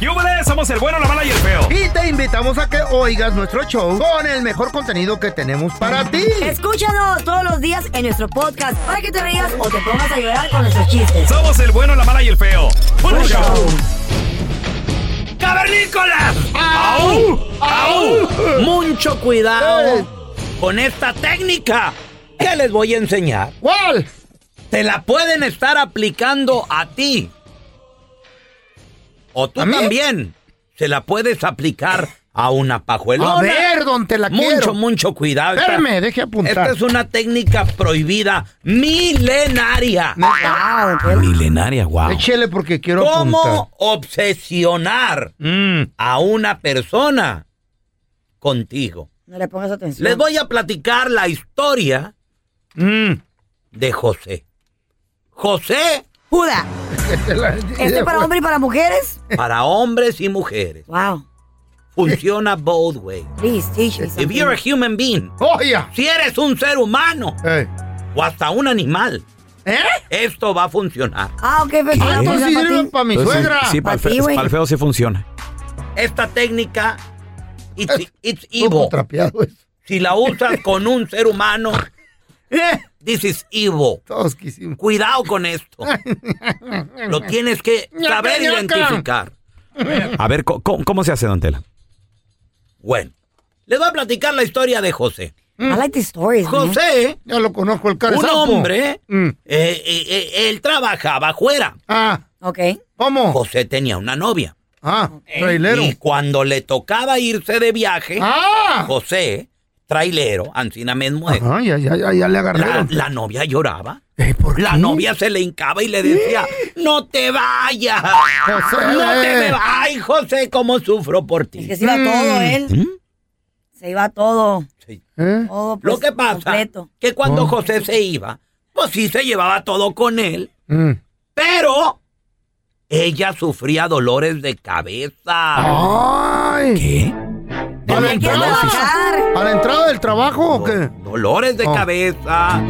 ¡Yúbales! Somos el bueno, la mala y el feo. Y te invitamos a que oigas nuestro show con el mejor contenido que tenemos para ti. Escúchanos todos los días en nuestro podcast para que te rías o te pongas a llorar con nuestros chistes. Somos el bueno, la mala y el feo. ¡Puro show! ¡Cavernícolas! ¡Au! ¡Au! Mucho cuidado con esta técnica que les voy a enseñar. ¿Cuál? Te la pueden estar aplicando a ti. O tú ¿A mí? también. Se la puedes aplicar a una pajuelona. A ver, don, te la Mucho, quiero. mucho cuidado. Esta- Espérame, deje apuntar. Esta es una técnica prohibida milenaria. Neta. Ah, Milenaria, wow. Échele porque quiero ¿Cómo apuntar. obsesionar Mm. a una persona contigo? No le pongas atención. Les voy a platicar la historia Mm. de José. José Juda, ¿este para hombres y para mujeres? para hombres y mujeres. Wow. Funciona both ways. Please, teach me If you're a something. human being, Oh, ya. si eres un ser humano Eh. o hasta un animal, ¿Eh? esto va a funcionar. Ah, ok, perfecto. Ah, entonces sí sirve para Pues mi suegra. para el feo, sí funciona. Esta técnica, it's, Es- it's Todo evil. trapeado eso. Si la usas con un ser humano, Eh, this is evil. Todos quisimos. Cuidado con esto. Lo tienes que saber Ñaca, ñaca. identificar. A ver, ¿cómo, cómo se hace, Don Tela? Bueno, les voy a platicar la historia de José. I like these stories, man. José, Ya Mm. lo conozco el cara de un sapo. hombre, Mm. eh, eh, eh, él trabajaba afuera. Ah, Ok. ¿cómo? José tenía una novia. Ah, Eh. trailero. Y cuando le tocaba irse de viaje, Ah. José, trailero, Ancina mismo es, Ah, ya, ya, ya, ya le la, agarraron. la novia lloraba. Eh, ¿por La qué? novia se le hincaba y le decía, no te vayas. José. eh. No te me va- Ay, José, cómo sufro por Es ti. que se iba Mm. todo él. Se iba todo. Sí. ¿Eh? Todo, pues, Lo que pasa Completo. que cuando José se iba, pues sí se llevaba todo con él, Mm. pero ella sufría dolores de cabeza. Ah. Ay. ¿Qué? ¿A la, ¿Qué va entrada, a pasar? ¿A la entrada del trabajo o qué? Dolores de Oh. cabeza.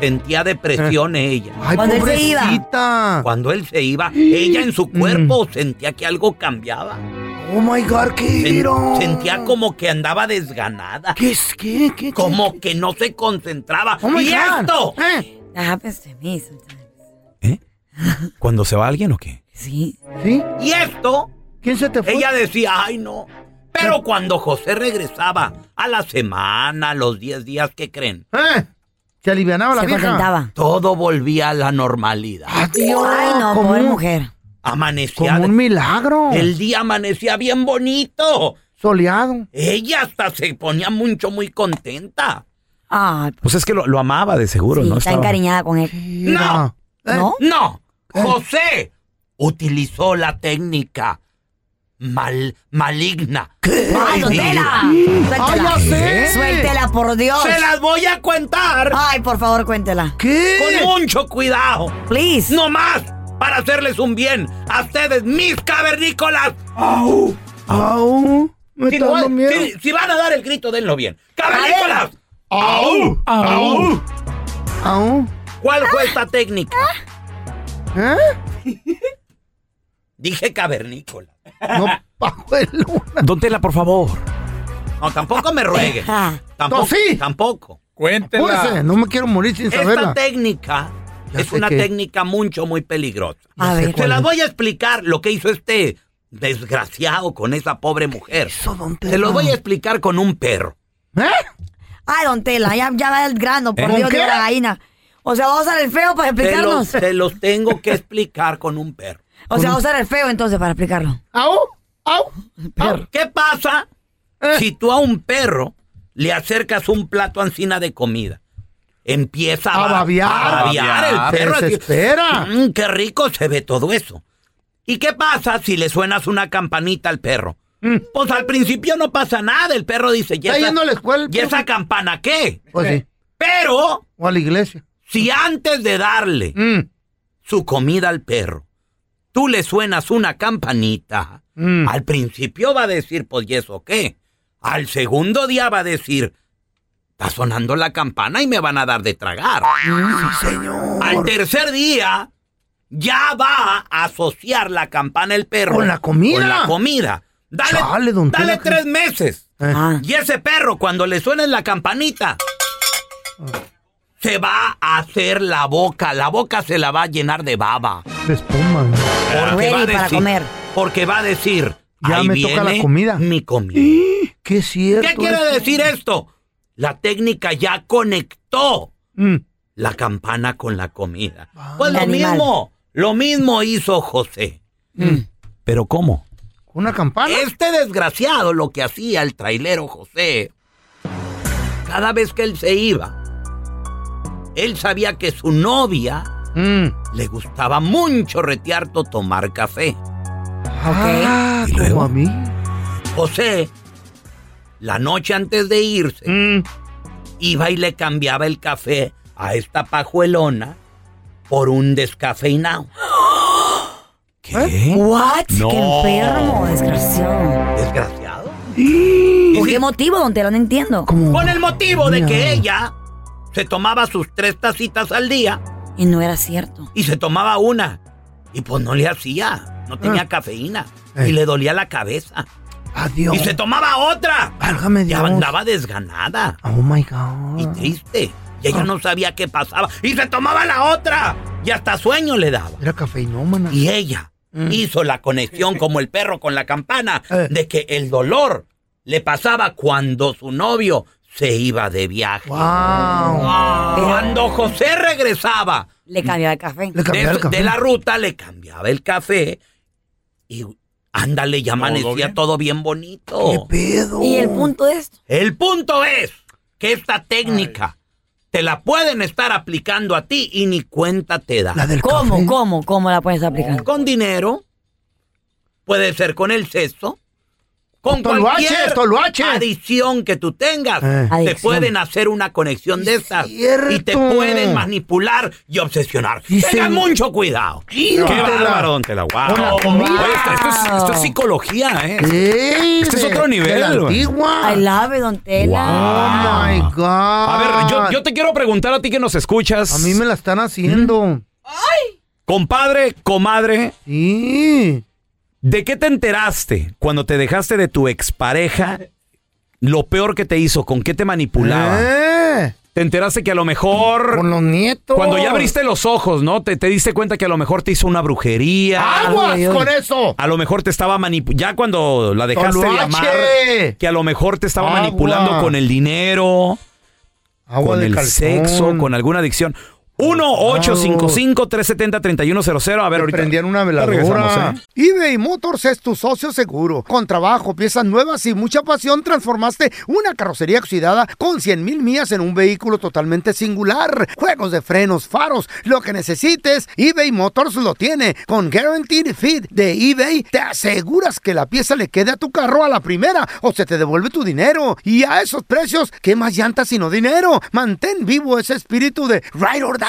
Sentía depresión ella. Eh. Ay, Cuando él se iba. pobrecita. Mm. Cuando él se iba, ella en su cuerpo sentía que algo cambiaba. Oh my God, qué Sen- giro. sentía como que andaba desganada. ¿Qué es qué? ¿Qué? qué? Como que no se concentraba. Oh my ¡Y God. esto! ¿Eh? That happens to me sometimes. ¿Cuando se va alguien o qué? Sí. ¿Sí? ¡Y esto! ¿Quién se te fue? Ella decía, ay no. Pero cuando José regresaba a la semana, a los 10 días que creen, ¿Eh? Se alivianaba la Se vieja. contentaba. todo volvía a la normalidad. Adiós. Ay, no, como pobre un- mujer. Amanecía. Como un milagro. El día amanecía bien bonito. Soleado. Ella hasta se ponía mucho, muy contenta. Ah, Pues es que lo, lo amaba de seguro, sí, ¿no? está Estaba- encariñada con él. Mira. ¿Eh? ¿No? No, José utilizó la técnica mal, maligna. ¡Ay, don Tela! Suéltela. ¡Ay, ya sé! Suéltela, por Dios. Se las voy a contar Ay, por favor, cuéntela. ¿Qué? con mucho cuidado. Please. No más para hacerles un bien a ustedes, mis cavernícolas. Ah. Au. Me Si, está lo- dando miedo. si- si van a dar el grito, denlo bien. ¡Cavernícolas! Au. Au. Au. ¿Cuál fue esta técnica? ¿Eh? Dije cavernícola. No bajo de luna. Don Tela, por favor. No, tampoco me ruegue. Tampoco. Ah. No, sí. Tampoco. Apúrese, Pues, eh, no me quiero morir sin Esta saberla. técnica Ya es sé una que- técnica mucho, muy peligrosa. A sé ver. Te cuál la es. voy a explicar lo que hizo este desgraciado con esa pobre mujer. hizo, don Te Tela? lo voy a explicar con un perro. ¿Eh? Ay, Ah, don Tela, ya, ya va el grano, por ¿Con Dios, qué? de la gallina. O sea, va a usar el feo para Te los, explicarnos. te los tengo que explicar con un perro. O sea, va a usar el feo entonces para explicarlo. ¡Au! ¡Au! ¡Au! ¿Qué pasa Eh. si tú a un perro le acercas un plato ancina de comida? Empieza A a, ba- babear. a babear A el perro. babear. así, Desespera. "Mm, qué rico se ve todo eso. ¿Y qué pasa si le suenas una campanita al perro? Pues al principio no pasa nada. El perro dice, ¿y Mm. Está yendo a la escuela el ¿y esa perro?" campana qué? Pues sí. Pero O a la iglesia. si antes de darle Mm, su comida al perro. Tú le suenas una campanita. Mm. Al principio va a decir, pues, ¿y eso qué? Al segundo día va a decir, está sonando la campana y me van a dar de tragar. Mm, señor. Al tercer día ya va a asociar la campana el perro. Con la comida. Con la comida. Dale, Chale, don dale Tela, que- tres meses. eh. Ah. Y ese perro, cuando le suene la campanita, se va a hacer la boca. La boca se la va a llenar de baba. De espuma. ¿no? Porque Ready va a para decir- comer. Porque va a decir, Ya "Ahí me toca viene la comida". Mi comida. ¿Qué es cierto? ¿Qué quiere decir esto? La técnica ya conectó Mm. Ah. la campana con la comida. Pues El lo animal. mismo, lo mismo hizo José. Mm. ¿Pero cómo? ¿Una campana? Este desgraciado lo que hacía el trailero José, cada vez que él se iba, él sabía que su novia Mm. le gustaba mucho retearto tomar café. Ah, ¿Y luego? como a mí. José, la noche antes de irse, Mm. iba y le cambiaba el café a esta pajuelona por un descafeinado. ¿Qué? ¿Eh? ¿What? No. ¡Qué enfermo, desgraciado! Desgraciado. ¿Por qué motivo, don Tela? No entiendo. Como... Con el motivo de Mira. que ella se tomaba sus tres tacitas al día Y no era cierto. y se tomaba una. Y pues no le hacía, no tenía Ah. cafeína. Eh. Y le dolía la cabeza. Adiós. Y se tomaba otra. Válgame Y Dios. andaba desganada Oh my God. y triste. Y Ah. ella no sabía qué pasaba. Y se tomaba la otra. Y hasta sueño le daba. Era cafeinómana. Y ella hizo la conexión como el perro con la campana Mm. Eh. de que el dolor le pasaba cuando su novio se iba de viaje. Wow. Cuando José regresaba Le cambiaba el café. Le de, cambiaba el su- café. de la ruta, le cambiaba el café y ándale, ya amanecía todo bien ¿Qué bonito. pedo? Y el punto es esto. El punto es que esta técnica te la pueden estar aplicando a ti y ni cuenta te da. La del ¿Cómo, café. cómo, cómo la puedes aplicar? con dinero, puede ser con el sexo, con Ah. Toluache, cualquier toluache. adición que tú tengas, Eh. te Adicción. pueden hacer una conexión de estas cierto. y te pueden manipular y obsesionar. Sí, Tengan señor. mucho cuidado. Sí, don ¡Qué Tela. bárbaro, don Tela! ¡Guau! Con la comida. Oye, esto, esto es, esto es psicología, ¿eh? Ey, Este es de- otro nivel, de la güey. antigua. I love it, don Tela. Oh my God. A ver, yo, yo te quiero preguntar a ti que nos escuchas. Mm. A mí me la están haciendo. Compadre, comadre, Sí. ¿de qué te enteraste cuando te dejaste de tu expareja? Lo peor que te hizo, ¿con qué te manipulaba? Eh, Te enteraste que a lo mejor... Con los nietos. Cuando ya abriste los ojos, ¿no? Te, te diste cuenta que a lo mejor te hizo una brujería. ¡Aguas Ay, ay, ay. con eso! A lo mejor te estaba manipulando. Ya cuando la dejaste de ¡Toloache! amar, que a lo mejor te estaba Agua. manipulando con el dinero, Agua con de el calzón. sexo, con alguna adicción. 1-855-370-3100. A ver, Te ahorita. prendían una regresamos, veladora. ¿eh? eBay Motors es tu socio seguro. Con trabajo, piezas nuevas y mucha pasión, transformaste una carrocería oxidada con 100 mil millas en un vehículo totalmente singular. Juegos de frenos, faros, lo que necesites, eBay Motors lo tiene. Con Guaranteed Fit de eBay, te aseguras que la pieza le quede a tu carro a la primera o se te devuelve tu dinero. Y a esos precios, ¿qué más llantas sino dinero? Mantén vivo ese espíritu de Ride or Die,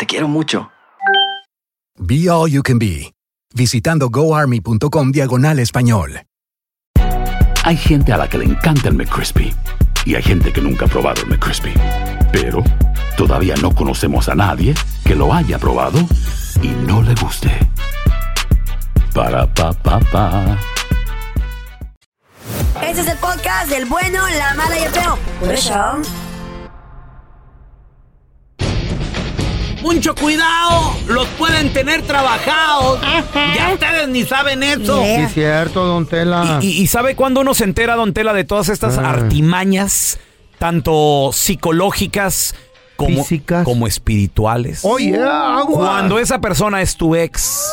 Te quiero mucho. Be All You Can Be, visitando goarmy.com diagonal español. Hay gente a la que le encanta el McCrispy y hay gente que nunca ha probado el McCrispy. Pero todavía no conocemos a nadie que lo haya probado y no le guste. Para pa pa pa. Este es el podcast del bueno, la mala y el feo. Por eso. Mucho cuidado, los pueden tener trabajados. Ya ustedes ni saben eso. Sí, cierto, don Tela. ¿Y, y sabe cuándo uno se entera, don Tela, de todas estas Ah. artimañas, tanto psicológicas como, Físicas. como espirituales? Oye, ah, agua. Cuando esa persona es tu ex.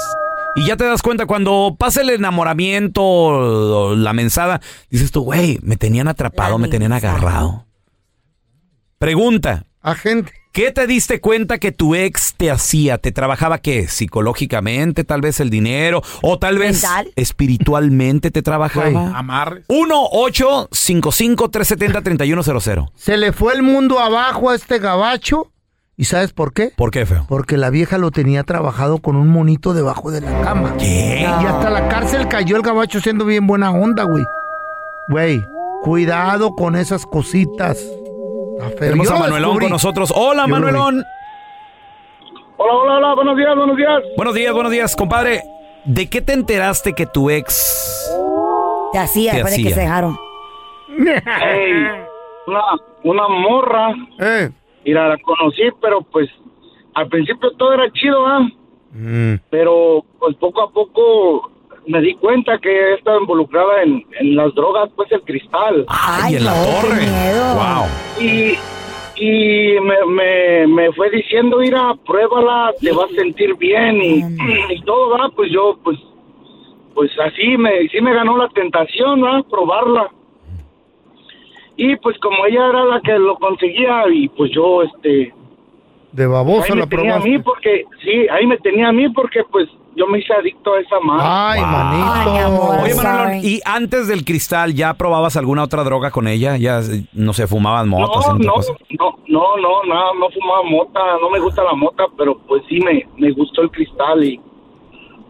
Y ya te das cuenta, cuando pasa el enamoramiento, o la mensada, dices tú, güey, me tenían atrapado, La me tenían mensada. agarrado. Pregunta, Agente. ¿qué te diste cuenta que tu ex te hacía? ¿Te trabajaba qué? ¿Psicológicamente? ¿Tal vez el dinero? ¿O tal vez ¿Mental? espiritualmente te trabajaba? Amarres. 1-855-370-3100. Se le fue el mundo abajo a este gabacho. ¿Y sabes por qué? ¿Por qué, feo? Porque la vieja lo tenía trabajado con un monito debajo de la cama. ¿Qué? Y hasta la cárcel cayó el gabacho siendo bien buena onda, güey. Güey, cuidado con esas cositas. Está feo. Tenemos Yo a lo Manuelón descubrí. con nosotros. Hola, Yo lo Manuelón. Hola, hola, hola, buenos días, buenos días. Buenos días, buenos días, compadre. ¿De qué te enteraste que tu ex... Te hacía Te después de que hacía. se dejaron. Ey, una, una morra, Eh. y la, la conocí, pero pues al principio todo era chido, ¿ah? Pero pues poco a poco me di cuenta que estaba involucrada en, en las drogas, pues el cristal. Ay, Ay, en la no, qué torre. miedo. Wow. Y, y me, me, me fue diciendo, mira, pruébala, te vas a sentir bien y, y todo, ¿verdad? Pues yo, pues, pues así me, sí me ganó la tentación, ¿verdad? Probarla. Y pues como ella era la que lo conseguía y pues yo, este, De ahí baboso me la tenía a probaste. mí porque, sí, ahí me tenía a mí porque pues yo me hice adicto a esa madre. Ay, Wow. manito. Ay, mi Pues amor. Oye, Sorry. Manuelón, ¿y antes del cristal ya probabas alguna otra droga con ella? ¿Ya, eh, no pues, sé, fumaban No, motos? hacían otra no, cosa? no, no, no, nada, no fumaba mota, no me gusta la mota, pero pues sí me, me gustó el cristal y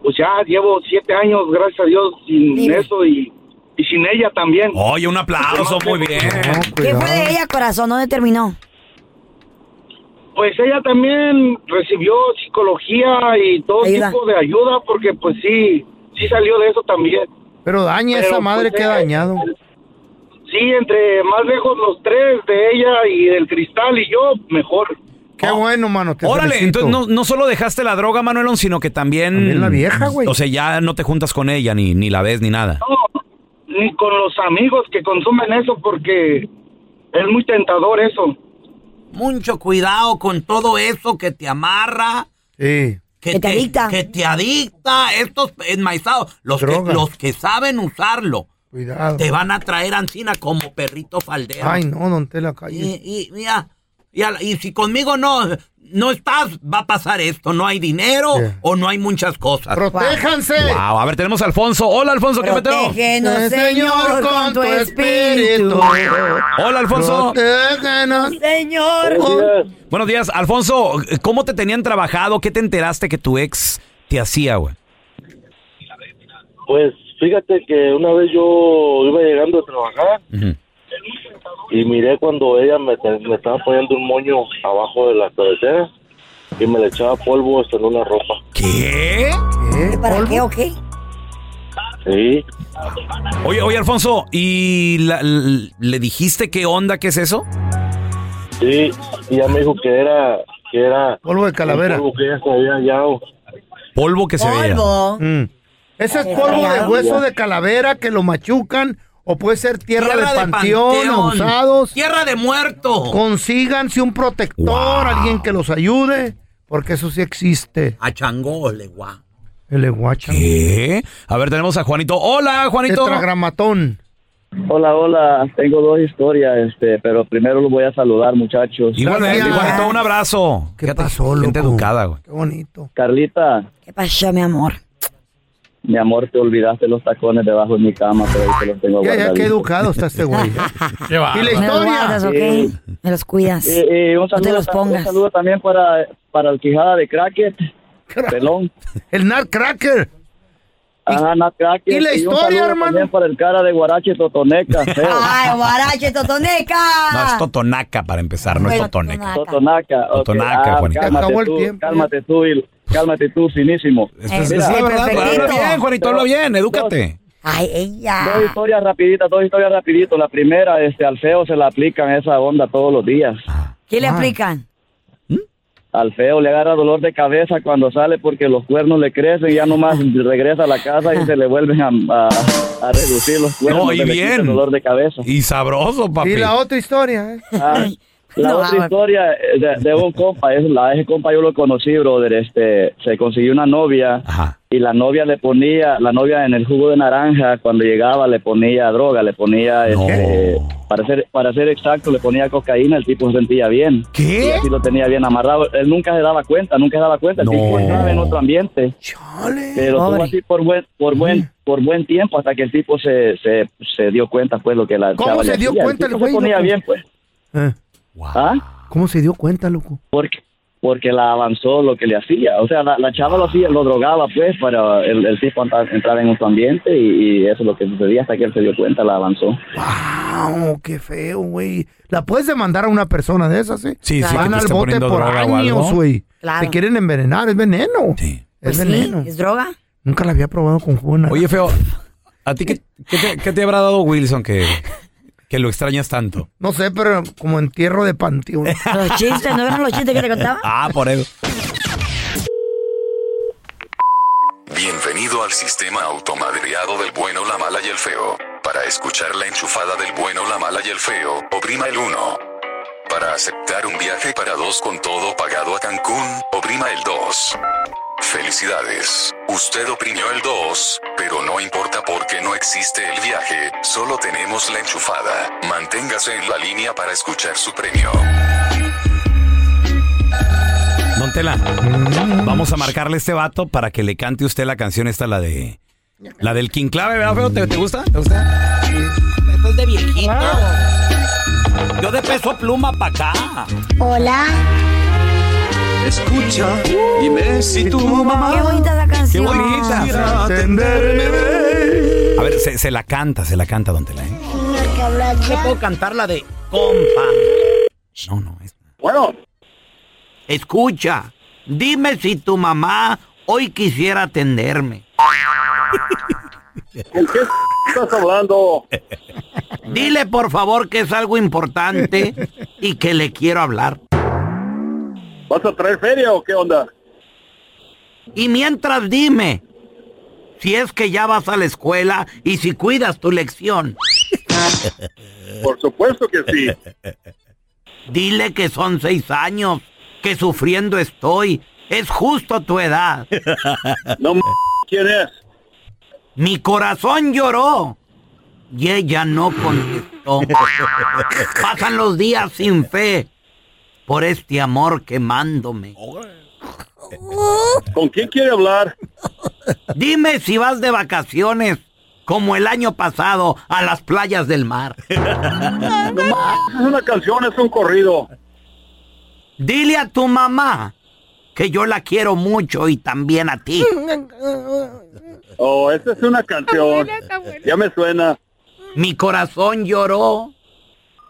pues ya llevo siete años, gracias a Dios, sin Dime. eso y, y sin ella también. Oye, un aplauso, muy bien. No, pues, ¿Qué fue de cuidado. ella, corazón? ¿Dónde terminó? Pues ella también recibió psicología y todo Ayuda. tipo de ayuda porque pues sí, sí salió de eso también. Pero daña Pero, esa madre pues, que ha eh, dañado. Sí, entre más lejos los tres de ella y del cristal y yo, mejor. Qué bueno, mano. Te Órale, felicito. entonces no, no solo dejaste la droga, Manuelón, sino que también... También la vieja, güey. Mm. O sea, ya no te juntas con ella, ni, ni la ves, ni nada. No, ni con los amigos que consumen eso porque es muy tentador eso. Mucho cuidado con todo eso que te amarra. Sí. Que te adicta. Que te adicta. Estos enmaizados, los, que, Drogas. los que saben usarlo, Cuidado. te van a traer ancina como perrito faldero. Ay, no, don Tela, calle. Y, y mira, y, a la- y si conmigo no, no estás, va a pasar esto. No hay dinero Yeah. o no hay muchas cosas. ¡Protéjanse! Wow, a ver, tenemos a Alfonso. Hola, Alfonso, ¿qué meteo? Protégenos, Señor, con tu espíritu. Hola, Alfonso. Protégenos. Señor. Oh. Buenos días, Alfonso. ¿Cómo te tenían trabajado? ¿Qué te enteraste que tu ex te hacía, güey? Pues fíjate que una vez yo iba llegando a trabajar Ujú. y miré cuando ella me, te- me estaba poniendo un moño abajo de la cabecera y me le echaba polvo hasta en una ropa. ¿Qué? ¿Qué? ¿Para ¿Polvo? qué o qué? Sí, Oye, oye, Alfonso, ¿y la- l- le dijiste qué onda, qué es eso? sí, y ya me dijo que era, que era Polvo de calavera. polvo que ella se había hallado. Polvo que se veía. Polvo. Mm. Ese es polvo de hueso de calavera que lo machucan o puede ser tierra, de, panteón, abusados. Tierra de muerto. Consíganse un protector, Wow. alguien que los ayude, porque eso sí existe. A changole, guau. El eguacha. ¿Eh? ¿Qué? A ver, tenemos a Juanito. Hola, Juanito. Tetragramatón. Hola, hola, tengo dos historias, este, pero primero los voy a saludar muchachos. Igualmente, Gracias. Juanito, un abrazo. ¿Qué Fíjate, pasó, Gente loco? educada, güey. Qué bonito. Carlita, ¿Qué pasó, mi amor? Mi amor, te olvidaste los tacones debajo de mi cama, pero ahí te los tengo Ya, ya, guardaditos. qué educado está este güey. y la Me lo historia. guardas, ok. Me los cuidas. Eh, eh, un no saludo, te los ta- pongas. un saludo también para, para el Quijada de Cracket, Pelón. El Nat Cracker. Ajá, Nat Cracker. ¿Y la un historia, saludo hermano? También para el cara de Guarache Totoneca. feo. ¡Ay, guarache, totoneca! No, es totonaca para empezar, no es Bueno, totoneca. Totonaca. ok. Ah, Totonaca, Juanito. Cálmate Acabó el tú, tiempo. Cálmate tú, y- cálmate tú, finísimo. es Mira, la verdad, perfectito. habla bien, Juanito, habla bien, edúcate. Ay, ella. Dos historias rapiditas, dos historias rapidito. La primera, este, al feo se la aplican esa onda todos los días. ¿Qué le aplican? Al feo le agarra dolor de cabeza cuando sale porque los cuernos le crecen y ya nomás regresa a la casa y se le vuelven a, a- a reducir los cuernos. No, y se le quita bien. El dolor de cabeza. Y sabroso, papi. Y la otra historia. ¿eh? Ah, la otra historia eh, de, de un compa, es la ese compa yo lo conocí, brother, este, se consiguió una novia y la novia le ponía, la novia en el jugo de naranja cuando llegaba le ponía droga, le ponía, este, para ser para ser exacto, le ponía cocaína, el tipo se sentía bien. ¿Qué? Y así lo tenía bien amarrado, él nunca se daba cuenta, nunca se daba cuenta, el tipo estaba en otro ambiente. Pero estuvo Pobre. así por buen, por buen, por buen tiempo hasta que el tipo se, se, se dio cuenta pues lo que la ¿Cómo chava le se dio hacía. cuenta el tipo güey? se ponía loco? bien pues. Eh, ¿Ah? ¿Cómo se dio cuenta, loco? Porque, porque la avanzó lo que le hacía. O sea, la, la chava lo hacía, lo drogaba, pues, para el, el tipo entrar, entrar en otro ambiente y, y eso es lo que sucedía hasta que él se dio cuenta, la avanzó. Ah, qué feo, güey. ¿La puedes demandar a una persona de esas, eh? Sí, sí, que Van te al esté bote poniendo por droga o algo. años, güey. Claro. Te quieren envenenar, es veneno. Sí. Pues Es sí, veneno. ¿Es droga? Nunca la había probado con jugo de naranja. Oye, feo, ¿a ti qué, qué te, qué te habrá dado Wilson que, que lo extrañas tanto? No sé, pero como entierro de panteón. Los chistes, ¿no eran los chistes que te contaba? Ah, por eso. Bienvenido al sistema automadreado del bueno, la mala y el feo. Para escuchar la enchufada del bueno, la mala y el feo, oprima el 1. Para aceptar un viaje para dos con todo pagado a Cancún, oprima el 2. Felicidades, usted oprimió el 2, pero no importa porque no existe el viaje, solo tenemos la enchufada. Manténgase en la línea para escuchar su premio. Don Tela, vamos a marcarle a este vato para que le cante usted la canción esta, la de... La del King Clave, ¿verdad, feo? ¿Te, te gusta? ¿Te gusta? Esto es de viejito. Yo de peso pluma pa' acá. Hola. Escucha. Dime si tu mamá. Qué bonita esa canción. Qué bonita. Quisiera atenderme, A ver, se, se la canta, se la canta, Don Tela. ¿eh? ¿Qué puedo cantar la de compa? No, no. Bueno. Escucha, dime si tu mamá hoy quisiera atenderme. estás hablando? Dile por favor que es algo importante y que le quiero hablar. ¿Vas a traer feria o qué onda? Y mientras dime, si es que ya vas a la escuela y si cuidas tu lección. Por supuesto que Eh, sí. Dile que son seis años, que sufriendo estoy. Es justo tu edad. No, ¿quién es? Mi corazón lloró y ella no contestó. Pasan los días sin fe por este amor quemándome. ¿Con quién quiere hablar? Dime si vas de vacaciones, como el año pasado, a las playas del mar. Es una canción, es un corrido. Dile a tu mamá que yo la quiero mucho y también a ti. Oh, esta es una canción. Ya me suena. Mi corazón lloró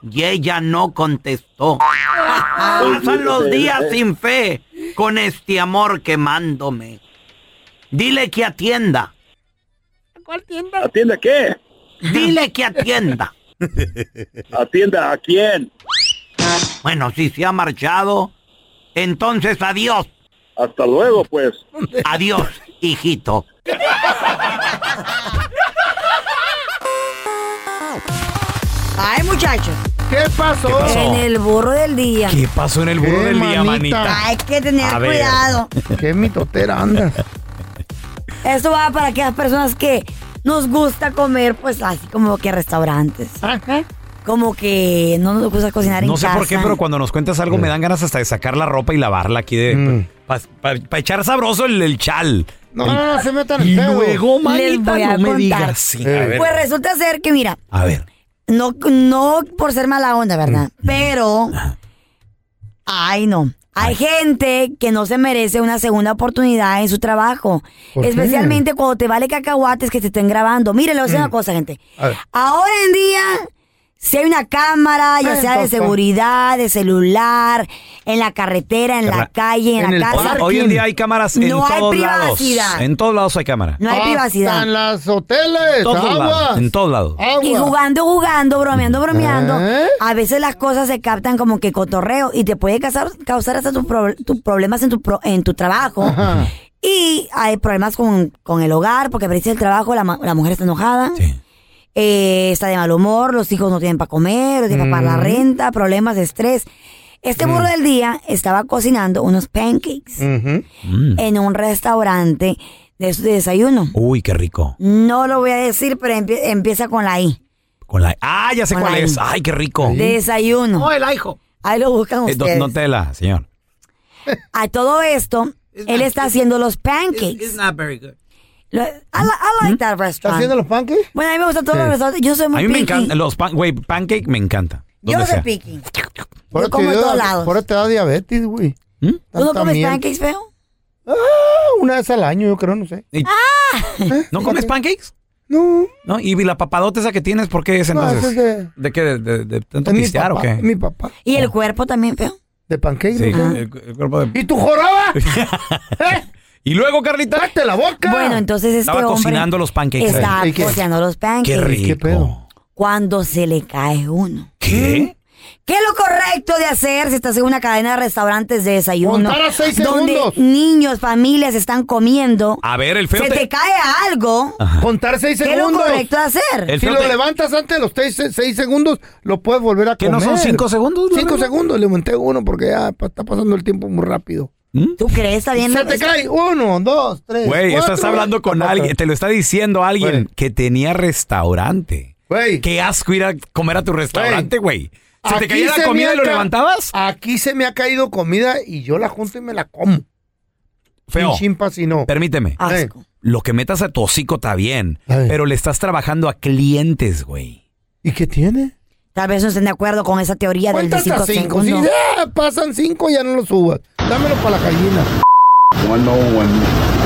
y ella no contestó. Pues Pasan los días eh. sin fe con este amor quemándome. Dile que atienda. ¿Cuál ¿Atiende qué? Dile que atienda. ¿Atienda a quién? Bueno, si se ha marchado, entonces adiós. Hasta luego, pues. Adiós, hijito. Ay, muchachos. ¿Qué pasó? En el burro del día. ¿Qué pasó en el burro ¿Qué, del día, manita? manita? Hay que tener A ver. cuidado. Qué mitotera andas. Esto va para aquellas personas que nos gusta comer, pues así como que restaurantes. Como que no nos gusta cocinar en No sé casa. por qué, pero cuando nos cuentas algo me dan ganas hasta de sacar la ropa y lavarla aquí de... Para echar sabroso el, el chal. No, El- no, no, Ah, se metan Y el pedo. luego, Les manita, voy a no me contar. digas. Sí, a ver. Pues resulta ser que, mira, A ver. no, no por ser mala onda, ¿verdad? Pero, ay no, hay gente que no se merece una segunda oportunidad en su trabajo. ¿Por qué? Especialmente cuando te vale cacahuates que te estén grabando. Mire, le voy a decir una cosa, gente. A ver. Ahora en día, si hay una cámara, ya Eh, sea de papá. seguridad, de celular, en la carretera, en la Carla, calle, en, el la casa. parking. Hoy en día hay cámaras en No hay todos privacidad. lados. En todos lados hay cámara. No hay Hasta privacidad. en las hoteles, En todos lados. aguas. En todos lados. Y jugando, jugando, bromeando, bromeando. A veces las cosas se captan como que cotorreo y te puede causar, causar hasta tus pro- tus problemas en tu, pro- en tu trabajo. Y hay problemas con, con el hogar, porque a veces el trabajo, la, ma- la mujer está enojada. Eh, está de mal humor, los hijos no tienen para comer, no tienen para pagar la renta, problemas de estrés. Este burro del día estaba cocinando unos pancakes Mm. en un restaurante de su desayuno. Uy, qué rico. No lo voy a decir, pero empie- empieza con la I. Con la... Ah, ya sé Con cuál la es. I. Ay, qué rico. de desayuno. No, el hijo. Ahí lo buscan Eh, do- ustedes. no tela, señor. A todo esto, él está haciendo los pancakes. Not very good. Lo- I, li- I like that restaurant. haciendo los pancakes? Bueno, a mí me gustan todos ¿Mm? Sí. los restaurantes. Yo soy A muy mí me picky. encanta. Los pan, güey, pancake me encanta. Yo Donde soy sea. picky. Por Yo eso como en te da- todos lados. Por eso te da diabetes, güey. ¿Mm? ¿Tú no Tanta comes miel. pancakes, feo? Ah, una vez al año, yo creo, no sé. ¡Ah! ¿No comes pancakes? No. ¿No? ¿Y la papadota esa que tienes, por qué es No, entonces? eso es de... qué? ¿De, de- de tanto Es mi pistear o papá, qué? Mi papá. ¿Y el cuerpo también, feo? ¿De pancakes? Sí, Ah. no? el, el cuerpo de... ¿Y tu joroba? Y luego, Carlita. ¡Cállate la boca! Bueno, entonces este Estaba hombre cocinando los pancakes. Estaba ¿Y qué? cocinando los pancakes. Qué rico. Cuando se le cae uno. ¿Mm? ¿Qué? ¿Qué es lo correcto de hacer si estás en una cadena de restaurantes de desayuno? Contar a seis donde segundos. niños, familias están comiendo. A ver, el feo se te- te... cae algo. Contar seis ¿Qué es lo segundos. correcto de hacer? si lo levantas antes de los seis, seis segundos, lo puedes volver a ¿Que comer. no son cinco segundos, la Cinco regla? segundos, le aumenté uno porque ya pa- está pasando el tiempo muy rápido. ¿Mm? ¿Tú crees? Está bien. Se te cae uno, dos, tres, Güey, cuatro. estás hablando con alguien, te lo está diciendo alguien que tenía restaurante. Güey. Qué asco ir a comer a tu restaurante, güey. Se te Aquí caía se la comida me y lo ha ca- levantabas. Aquí se me ha caído comida y yo la junto y me la como. Feo. Sin chimpas y no. Permíteme. Asco. Lo que metas a tu hocico está bien, pero le estás trabajando a clientes, güey. ¿Y qué tiene? Tal vez no estén de acuerdo con esa teoría del Cuenta de hasta 5 cinco. Si segundos. ya pasan cinco, ya no lo subas. Dámelo para la gallina. Bueno, bueno.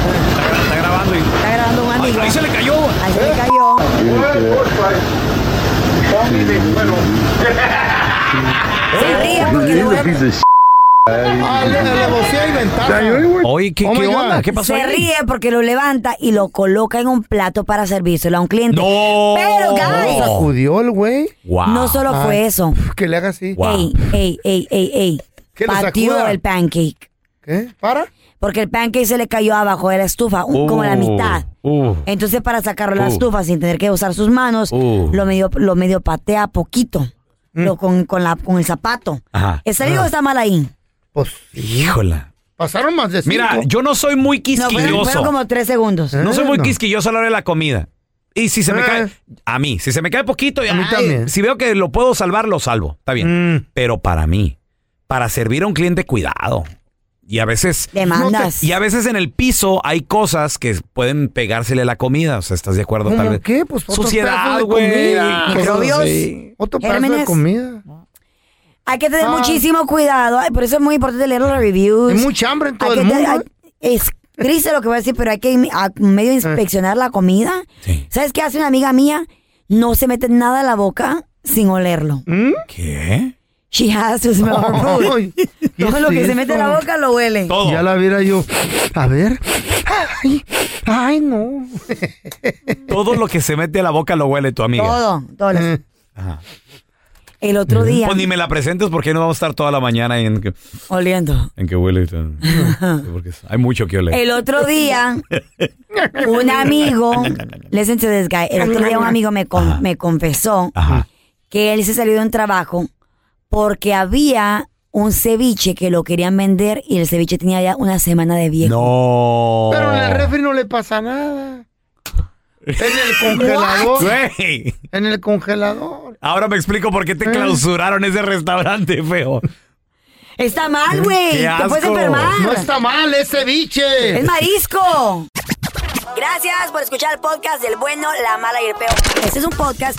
Está grabando y. Está grabando un amigo. Ahí se le cayó. Ahí se le cayó. Eh. Se ríe porque le voy a- Ah, le- le bocea y ventaja. Oye, ¿qué, Oh qué my God. onda? ¿Qué pasó Se ahí? ríe porque lo levanta y lo coloca en un plato para servírselo a un cliente. Pero, guys, Oh. Oh. Sacudió ¿eh? el güey. No solo Ah, fue eso. Que le haga así. Ey, ey, ey, ey, ey. ¿Qué le Partió sacuda? el pancake. ¿Qué? ¿Para? Porque el pancake se le cayó abajo de la estufa, un- como Oh. la mitad. Uh, Entonces, para sacarlo de la Uh. estufa sin tener que usar sus manos, Uh. lo, medio, lo medio patea poquito. Mm. Lo con, con, la, con el zapato. Ajá. ¿Está bien o está mal ahí? Híjola. Pasaron más Pues, de cinco. Mira, yo no soy muy No, fueron, fueron quisquilloso. como tres segundos. Eh, No soy muy quisquilloso a la hora de la comida. Y si se me Eh. cae, a mí, si se me cae poquito, ay, también. Mm. si veo que lo puedo salvar, lo salvo. Está bien. Pero para mí, para servir a un cliente, cuidado. Y a veces. Demandas. No te- Y a veces en el piso hay cosas que pueden pegársele a la comida. O sea, ¿estás de acuerdo? Tal ¿Cómo vez. qué? Pues otro pedazo Suciedad, de güey. comida. cosas Microbios. así. Otro pedazo de Gérmenes. comida. Hay que tener Ah. muchísimo cuidado. Ay, por eso es muy importante leer los reviews. Hay mucha hambre en todo Hay el que te- mundo, ¿eh? hay- es triste lo que voy a decir, pero hay que in- a- medio inspeccionar la comida. ¿Sabes qué hace una amiga mía? No se mete nada en la boca sin olerlo. ¿Qué? She has to smell her food. ¿Mm? Ay, ¿qué Todo lo es que se eso? mete en la boca lo huele. Ya la viera yo. A ver. Ay, ay, no. Todo lo que se mete a la boca lo huele tu amiga. Todo, todo. Eh. lo- Ajá. El otro día, Pues ni me la presentes porque no vamos a estar toda la mañana en que, oliendo. en que huele. y todo. Porque hay mucho que oler. El otro día, un amigo, listen to this guy. El otro día un amigo me, con- me confesó que él se salió de un trabajo porque había un ceviche que lo querían vender y el ceviche tenía ya una semana de viejo. No. Pero en el refri no le pasa nada. En el congelador. Güey, En el congelador. Eh. ahora me explico por qué te clausuraron ese restaurante, feo. Está mal, güey. ¡Qué Te puedes asco! enfermar. No está mal, es ceviche. Es marisco. Gracias por escuchar el podcast del bueno, la mala y el peor. Este es un podcast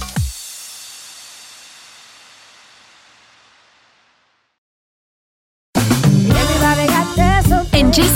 En